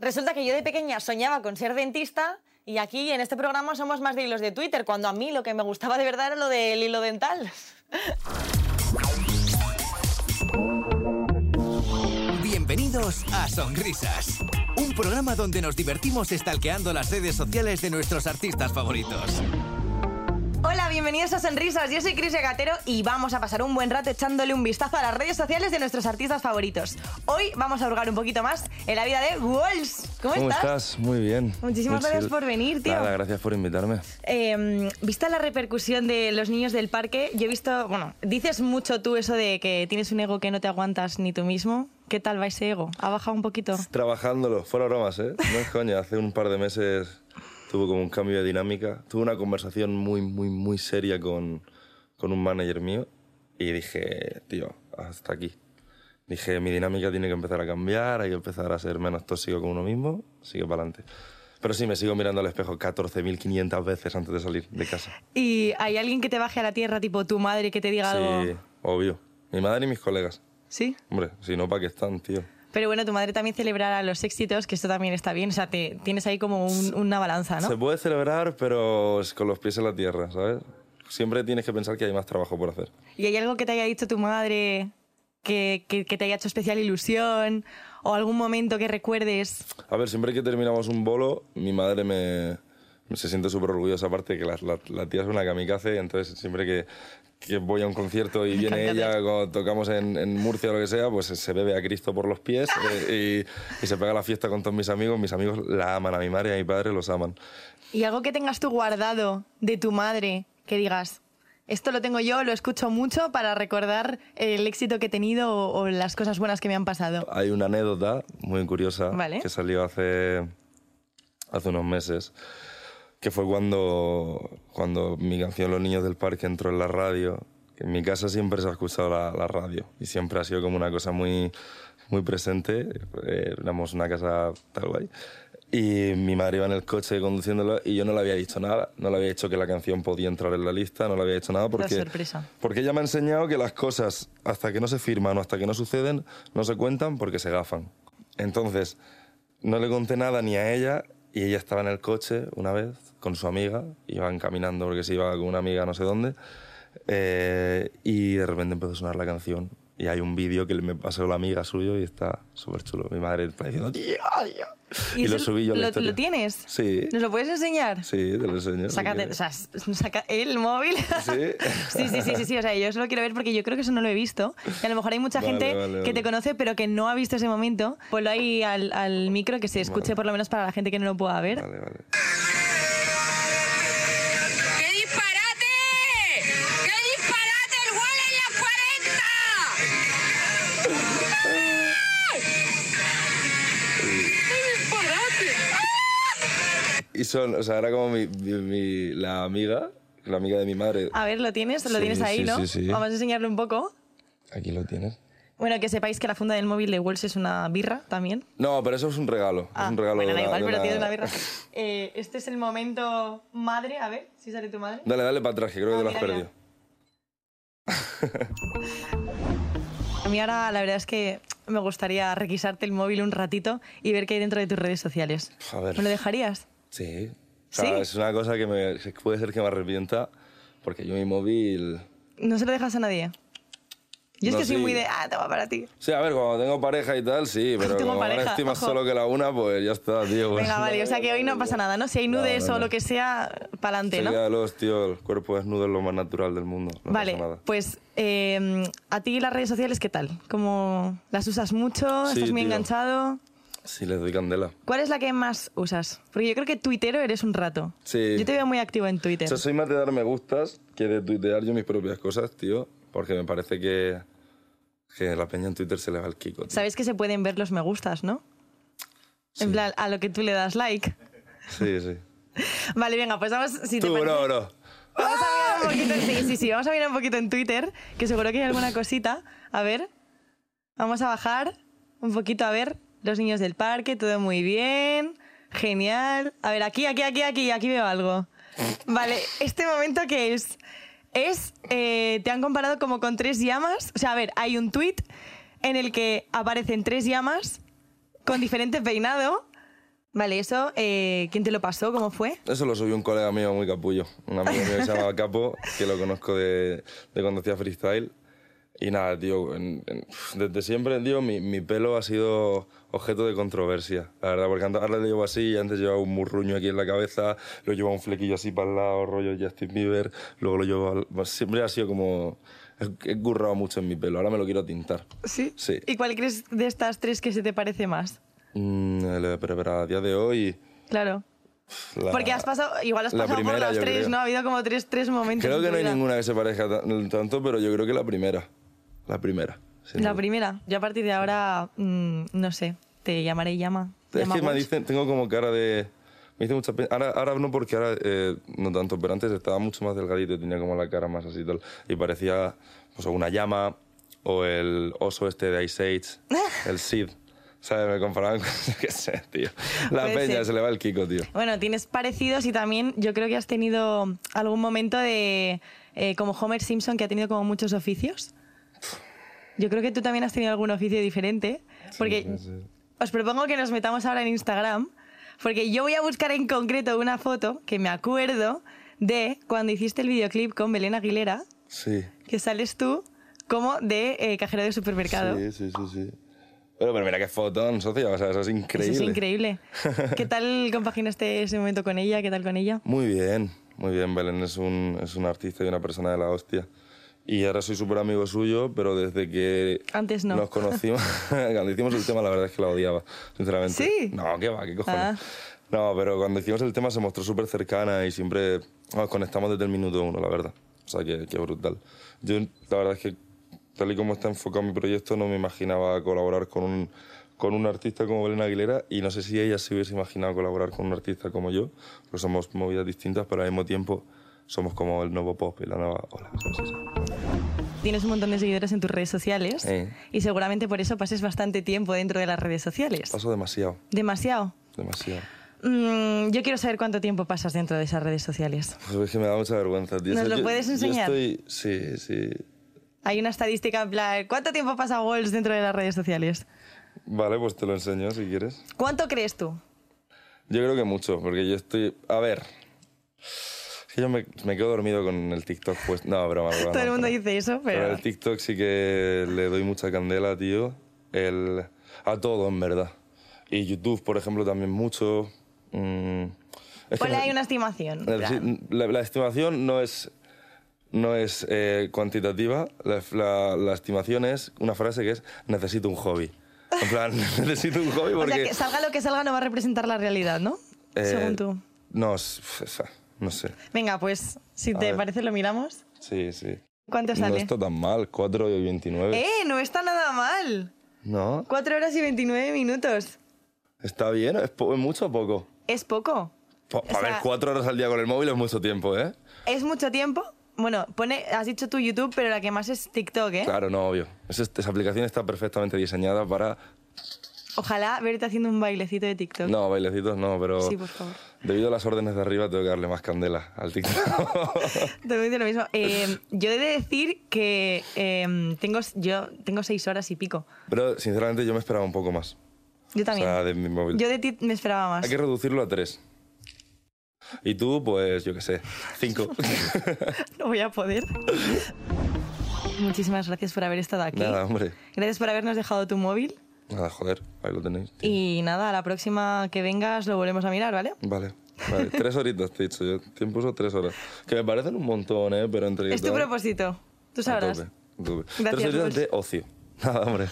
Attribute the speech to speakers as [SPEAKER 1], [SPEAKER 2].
[SPEAKER 1] Resulta que yo de pequeña soñaba con ser dentista y aquí en este programa somos más de hilos de Twitter, cuando a mí lo que me gustaba de verdad era lo del hilo dental.
[SPEAKER 2] Bienvenidos a Sonrisas, un programa donde nos divertimos estalqueando las redes sociales de nuestros artistas favoritos.
[SPEAKER 1] Hola, bienvenidos a Sonrisas. Yo soy Cris Gatero y vamos a pasar un buen rato echándole un vistazo a las redes sociales de nuestros artistas favoritos. Hoy vamos a hurgar un poquito más en la vida de Walls. ¿Cómo,
[SPEAKER 3] ¿Cómo estás? Muy bien.
[SPEAKER 1] Muchísimas
[SPEAKER 3] Muy
[SPEAKER 1] gracias
[SPEAKER 3] chill.
[SPEAKER 1] por venir, tío.
[SPEAKER 3] Nada, gracias por invitarme.
[SPEAKER 1] Eh, vista la repercusión de los niños del parque, yo he visto, bueno, dices mucho tú eso de que tienes un ego que no te aguantas ni tú mismo. ¿Qué tal va ese ego? ¿Ha bajado un poquito?
[SPEAKER 3] Trabajándolo, fuera bromas, ¿eh? No es coña, hace un par de meses tuve como un cambio de dinámica. Tuve una conversación muy, muy, muy seria con, con un manager mío y dije, tío, hasta aquí. Dije, mi dinámica tiene que empezar a cambiar, hay que empezar a ser menos tóxico con uno mismo, así que para adelante. Pero sí, me sigo mirando al espejo 14.500 veces antes de salir de casa.
[SPEAKER 1] ¿Y hay alguien que te baje a la tierra, tipo tu madre, que te diga
[SPEAKER 3] Sí,
[SPEAKER 1] algo?
[SPEAKER 3] obvio. Mi madre y mis colegas.
[SPEAKER 1] Sí.
[SPEAKER 3] Hombre, si no, ¿para qué están, tío?
[SPEAKER 1] Pero bueno, tu madre también celebrará los éxitos, que esto también está bien. O sea, te, tienes ahí como un- una balanza,
[SPEAKER 3] Se
[SPEAKER 1] Ah, ¿no?
[SPEAKER 3] puede celebrar, pero es con los pies en la tierra, ¿sabes? Siempre tienes que pensar que hay más trabajo por hacer.
[SPEAKER 1] ¿Y hay algo que te haya dicho tu madre que, que- que te haya hecho especial ilusión? ¿O algún momento que recuerdes?
[SPEAKER 3] A ver, siempre que terminamos un bolo, mi madre me, me- se siente súper orgullosa, aparte que la, la- la tía es una kamikaze, entonces siempre que, que voy a un concierto y viene
[SPEAKER 1] Kamikaze.
[SPEAKER 3] ella, cuando tocamos en, en Murcia o lo que sea, pues se bebe a Cristo por los pies eh, y, y se pega la fiesta con todos mis amigos. Mis amigos la aman, a mi madre y a mi padre los aman.
[SPEAKER 1] ¿Y algo que tengas tú guardado de tu madre que digas, esto lo tengo yo, lo escucho mucho para recordar el éxito que he tenido o, o las cosas buenas que me han pasado?
[SPEAKER 3] Hay una anécdota muy curiosa
[SPEAKER 1] Vale.
[SPEAKER 3] que salió hace, hace unos meses, que fue cuando, cuando mi canción Los Niños del Parque entró en la radio. que En mi casa siempre se ha escuchado la, la radio y siempre ha sido como una cosa muy, muy presente. Eh, éramos una casa tal guay. Y mi madre iba en el coche conduciéndolo y yo no le había dicho nada. No le había dicho que la canción podía entrar en la lista, no le había dicho nada porque...
[SPEAKER 1] sorpresa.
[SPEAKER 3] Porque ella me ha enseñado que las cosas, hasta que no se firman o hasta que no suceden, no se cuentan porque se gafan. Entonces, no le conté nada ni a ella y ella estaba en el coche una vez con su amiga, iban caminando porque se iba con una amiga no sé dónde, eh, y de repente empezó a sonar la canción. Y hay un vídeo que me pasó la amiga suyo y está súper chulo. Mi madre está diciendo, tío, tío". Y, lo
[SPEAKER 1] eso
[SPEAKER 3] subí yo a la
[SPEAKER 1] ¿Lo,
[SPEAKER 3] historia.
[SPEAKER 1] lo tienes?
[SPEAKER 3] Sí.
[SPEAKER 1] ¿Nos lo puedes enseñar?
[SPEAKER 3] Sí, te lo enseño. si
[SPEAKER 1] Sácate, o
[SPEAKER 3] quieres.
[SPEAKER 1] sea, s- saca el móvil.
[SPEAKER 3] ¿eh? ¿Sí?
[SPEAKER 1] sí, sí, sí, sí, sí, O sea, yo eso lo quiero ver porque yo creo que eso no lo he visto. Y a lo mejor hay mucha
[SPEAKER 3] Vale,
[SPEAKER 1] gente
[SPEAKER 3] vale,
[SPEAKER 1] que te
[SPEAKER 3] vale.
[SPEAKER 1] conoce pero que no ha visto ese momento. Ponlo ahí al, al micro que se escuche por lo menos para la gente que no lo pueda ver.
[SPEAKER 3] Vale, vale.
[SPEAKER 4] ¡Qué disparate! ¡Qué disparate! ¡El gol en la 40! ¡Qué disparate!
[SPEAKER 3] Y son, o sea, era como mi, mi- mi- la amiga, la amiga de mi madre.
[SPEAKER 1] A ver, ¿lo tienes? Lo
[SPEAKER 3] Sí,
[SPEAKER 1] tienes ahí,
[SPEAKER 3] sí,
[SPEAKER 1] ¿no?
[SPEAKER 3] sí, sí.
[SPEAKER 1] Vamos a enseñarlo un poco.
[SPEAKER 3] Aquí lo tienes.
[SPEAKER 1] Bueno, que sepáis que la funda del móvil de Wells es una birra también.
[SPEAKER 3] No, pero eso es un regalo.
[SPEAKER 1] Ah,
[SPEAKER 3] es un regalo
[SPEAKER 1] bueno,
[SPEAKER 3] de
[SPEAKER 1] da
[SPEAKER 3] una-
[SPEAKER 1] igual,
[SPEAKER 3] de
[SPEAKER 1] pero
[SPEAKER 3] una-
[SPEAKER 1] tiene una birra. Eh, este es el momento madre. A ver, si sale tu madre.
[SPEAKER 3] Dale, dale para atrás, que creo
[SPEAKER 1] Ah,
[SPEAKER 3] que te lo has
[SPEAKER 1] mira,
[SPEAKER 3] perdido.
[SPEAKER 1] A mí ahora la verdad es que me gustaría requisarte el móvil un ratito y ver qué hay dentro de tus redes sociales.
[SPEAKER 3] A ver.
[SPEAKER 1] ¿Me lo dejarías?
[SPEAKER 3] Sí. O sea,
[SPEAKER 1] ¿Sí?
[SPEAKER 3] es una cosa que me, que puede ser que me arrepienta, porque yo mi móvil...
[SPEAKER 1] ¿No se lo dejas a nadie? Yo es
[SPEAKER 3] No,
[SPEAKER 1] que soy
[SPEAKER 3] sí.
[SPEAKER 1] muy de, ah, toma para ti.
[SPEAKER 3] Sí, a ver, cuando tengo pareja y tal, sí, pero
[SPEAKER 1] Tengo
[SPEAKER 3] como
[SPEAKER 1] pareja,
[SPEAKER 3] ahora estoy más
[SPEAKER 1] ojo.
[SPEAKER 3] solo que la una, pues ya está, tío. pues.
[SPEAKER 1] Venga, vale, o sea que hoy no pasa nada, ¿no? Si hay
[SPEAKER 3] No,
[SPEAKER 1] nudes
[SPEAKER 3] no,
[SPEAKER 1] o
[SPEAKER 3] no.
[SPEAKER 1] lo que sea, pa'lante,
[SPEAKER 3] Sí,
[SPEAKER 1] ¿no?
[SPEAKER 3] quédalos, tío, el cuerpo desnudo es lo más natural del mundo. no
[SPEAKER 1] vale,
[SPEAKER 3] pasa nada.
[SPEAKER 1] pues eh, a ti las redes sociales, ¿qué tal? ¿Cómo las usas mucho?
[SPEAKER 3] Sí,
[SPEAKER 1] ¿Estás muy
[SPEAKER 3] tío.
[SPEAKER 1] enganchado?
[SPEAKER 3] Sí, les doy candela.
[SPEAKER 1] ¿Cuál es la que más usas? Porque yo creo que tuitero eres un rato.
[SPEAKER 3] Sí.
[SPEAKER 1] Yo te veo muy activo en Twitter.
[SPEAKER 3] O sea, soy más de dar me gustas que de tuitear yo mis propias cosas, tío. Porque me parece que, que la peña en Twitter se le va el kiko. tío.
[SPEAKER 1] Sabes que se pueden ver los me gustas, ¿no? En plan, a lo que tú le das like.
[SPEAKER 3] Sí, sí.
[SPEAKER 1] Vale, venga, pues vamos, si te
[SPEAKER 3] Tú,
[SPEAKER 1] parece,
[SPEAKER 3] bro, bro.
[SPEAKER 1] vamos a mirar un poquito, sí, sí, sí, vamos a mirar un poquito en Twitter, que seguro que hay alguna cosita. A ver, vamos a bajar un poquito, a ver, los niños del parque, todo muy bien, genial. A ver, aquí, aquí, aquí, aquí, aquí veo algo. Vale, este momento que es, es, eh, te han comparado como con tres llamas, o sea, a ver, hay un tweet en el que aparecen tres llamas con diferente peinado Vale, eso, eh, ¿quién te lo pasó? ¿Cómo fue?
[SPEAKER 3] Eso lo subió un colega mío muy capullo. Un amigo mío que se llama Capo, que lo conozco de, de cuando hacía freestyle. Y nada, tío, en- en- desde siempre, tío, mi, mi pelo ha sido objeto de controversia. La verdad, porque antes- ahora lo llevo así, y antes llevaba un murruño aquí en la cabeza, lo llevaba un flequillo así para el lado, rollo Justin Bieber, luego lo llevo... al- pues siempre ha sido como... He, he currado mucho en mi pelo, ahora me lo quiero tintar.
[SPEAKER 1] ¿Sí?
[SPEAKER 3] Sí.
[SPEAKER 1] ¿Y cuál crees de estas tres que se te parece más?
[SPEAKER 3] Mm, el- pero, pero a día de hoy...
[SPEAKER 1] Claro.
[SPEAKER 3] la-
[SPEAKER 1] Porque has pasado, igual has
[SPEAKER 3] la
[SPEAKER 1] pasado
[SPEAKER 3] primera,
[SPEAKER 1] por las
[SPEAKER 3] yo
[SPEAKER 1] tres,
[SPEAKER 3] creo.
[SPEAKER 1] ¿no? Ha habido como tres, tres momentos.
[SPEAKER 3] Creo
[SPEAKER 1] en
[SPEAKER 3] que
[SPEAKER 1] tu
[SPEAKER 3] no hay
[SPEAKER 1] vida.
[SPEAKER 3] ninguna que se parezca ta- tanto, pero yo creo que la primera. La primera. sin
[SPEAKER 1] La
[SPEAKER 3] duda.
[SPEAKER 1] primera. Yo a partir de ahora, mm, no sé, te llamaré llama.
[SPEAKER 3] Es
[SPEAKER 1] Llama
[SPEAKER 3] que me
[SPEAKER 1] Watch.
[SPEAKER 3] dicen, tengo como cara de... Me dice mucha pena. Ahora, ahora no porque ahora eh, no tanto, pero antes estaba mucho más delgadito, tenía como la cara más así y tal. Y parecía pues, o una llama o el oso este de Ice Age, el Sid. ¿Sabes? Me comparaban con... yo qué sé, tío. La
[SPEAKER 1] Puede
[SPEAKER 3] peña,
[SPEAKER 1] ser.
[SPEAKER 3] se le va el Kiko, tío.
[SPEAKER 1] Bueno, tienes parecidos y también yo creo que has tenido algún momento de. eh, como Homer Simpson, que ha tenido como muchos oficios. Yo creo que tú también has tenido algún oficio diferente. Porque
[SPEAKER 3] sí, sí.
[SPEAKER 1] os propongo que nos metamos ahora en Instagram. Porque yo voy a buscar en concreto una foto que me acuerdo de cuando hiciste el videoclip con Belén Aguilera,
[SPEAKER 3] Sí.
[SPEAKER 1] que sales tú como de eh, cajero de supermercado.
[SPEAKER 3] Sí, sí, sí, sí. Pero, pero mira qué fotón, socio. O sea, eso es increíble.
[SPEAKER 1] Eso es increíble. ¿Qué tal compaginaste ese momento con ella? ¿Qué tal con ella?
[SPEAKER 3] Muy bien, muy bien. Belén es un, es un artista y una persona de la hostia. Y ahora soy súper amigo suyo, pero desde que...
[SPEAKER 1] Antes no.
[SPEAKER 3] Nos conocimos, cuando hicimos el tema, la verdad es que la odiaba, sinceramente.
[SPEAKER 1] ¿Sí?
[SPEAKER 3] No, qué va, qué cojones.
[SPEAKER 1] Ah.
[SPEAKER 3] No, pero cuando hicimos el tema se mostró súper cercana y siempre nos conectamos desde el minuto uno, la verdad. O sea, que, que brutal. Yo, la verdad es que, tal y como está enfocado mi proyecto, no me imaginaba colaborar con un, con un artista como Belén Aguilera y no sé si ella se hubiese imaginado colaborar con un artista como yo, porque somos movidas distintas, pero al mismo tiempo somos como el nuevo pop y la nueva ola. ¿sabes? O sea,
[SPEAKER 1] Tienes un montón de seguidores en tus redes sociales
[SPEAKER 3] Sí.
[SPEAKER 1] y seguramente por eso pases bastante tiempo dentro de las redes sociales.
[SPEAKER 3] Paso demasiado,
[SPEAKER 1] Demasiado.
[SPEAKER 3] demasiado.
[SPEAKER 1] Mm, yo quiero saber cuánto tiempo pasas dentro de esas redes sociales.
[SPEAKER 3] Pues es que me da mucha vergüenza, tío.
[SPEAKER 1] ¿Nos
[SPEAKER 3] O sea,
[SPEAKER 1] lo
[SPEAKER 3] yo-
[SPEAKER 1] puedes
[SPEAKER 3] yo
[SPEAKER 1] enseñar?
[SPEAKER 3] estoy- Sí, sí.
[SPEAKER 1] Hay una estadística en plan, ¿cuánto tiempo pasa Walls dentro de las redes sociales?
[SPEAKER 3] Vale, pues te lo enseño si quieres.
[SPEAKER 1] ¿Cuánto crees tú?
[SPEAKER 3] Yo creo que mucho, porque yo estoy... A ver... Es que yo me, me quedo dormido con el TikTok, pues... No, broma, broma.
[SPEAKER 1] Todo el mundo
[SPEAKER 3] broma.
[SPEAKER 1] dice eso,
[SPEAKER 3] Pero
[SPEAKER 1] pero...
[SPEAKER 3] el TikTok sí que le doy mucha candela, tío. El... A todo, en verdad. Y YouTube, por ejemplo, también mucho. Mm, es que
[SPEAKER 1] Ponle
[SPEAKER 3] me-
[SPEAKER 1] ahí una estimación. en
[SPEAKER 3] La,
[SPEAKER 1] plan.
[SPEAKER 3] la- la estimación no es, no es eh, cuantitativa, la, la- la estimación es una frase que es necesito un hobby. En plan, necesito un hobby
[SPEAKER 1] O
[SPEAKER 3] porque...
[SPEAKER 1] sea, que salga lo que salga no va a representar la realidad, ¿no?
[SPEAKER 3] eh,
[SPEAKER 1] Según tú.
[SPEAKER 3] No, es- o sea, no sé.
[SPEAKER 1] Venga, pues si te
[SPEAKER 3] ver.
[SPEAKER 1] parece lo miramos.
[SPEAKER 3] Sí, sí.
[SPEAKER 1] ¿Cuánto
[SPEAKER 3] No
[SPEAKER 1] sale?
[SPEAKER 3] está tan mal, 4 y 29.
[SPEAKER 1] ¡Eh! No está nada mal.
[SPEAKER 3] No,
[SPEAKER 1] 4 horas y 29 minutos.
[SPEAKER 3] está bien, es, po- es mucho o poco.
[SPEAKER 1] Es poco.
[SPEAKER 3] Po-
[SPEAKER 1] O
[SPEAKER 3] a ver,
[SPEAKER 1] sea-
[SPEAKER 3] 4 horas al día con el móvil es mucho tiempo, ¿eh?
[SPEAKER 1] Es mucho tiempo. Bueno, pone, has dicho tú YouTube, pero la que más es TikTok, ¿eh?
[SPEAKER 3] Claro, no, obvio. Es- esa aplicación está perfectamente diseñada para
[SPEAKER 1] Ojalá verte haciendo un bailecito de TikTok.
[SPEAKER 3] No, bailecitos no, pero.
[SPEAKER 1] Sí, por favor.
[SPEAKER 3] Debido a las órdenes de arriba, tengo que darle más candela al TikTok.
[SPEAKER 1] También digo lo mismo. Eh, yo he de decir que eh, tengo, yo tengo seis horas y pico.
[SPEAKER 3] pero, sinceramente, yo me esperaba un poco más.
[SPEAKER 1] Yo también.
[SPEAKER 3] O sea, de mi móvil.
[SPEAKER 1] Yo de ti me esperaba más.
[SPEAKER 3] Hay que reducirlo a tres. Y tú, pues, yo qué sé, cinco.
[SPEAKER 1] No voy a poder. Muchísimas gracias por haber estado aquí.
[SPEAKER 3] Nada, hombre.
[SPEAKER 1] Gracias por habernos dejado tu móvil.
[SPEAKER 3] Nada, Ah, joder, ahí lo tenéis. tío.
[SPEAKER 1] Y nada, a la próxima que vengas lo volvemos a mirar, ¿vale?
[SPEAKER 3] Vale, vale. Tres horitas, te he dicho yo. Tiempo son tres horas. Que me parecen un montón, ¿eh? Pero entre. que
[SPEAKER 1] Es tu
[SPEAKER 3] todo-
[SPEAKER 1] propósito. Tú
[SPEAKER 3] a
[SPEAKER 1] sabrás.
[SPEAKER 3] tope, a tope.
[SPEAKER 1] Gracias,
[SPEAKER 3] Tres horitas
[SPEAKER 1] Jules.
[SPEAKER 3] de ocio. Nada, hombre.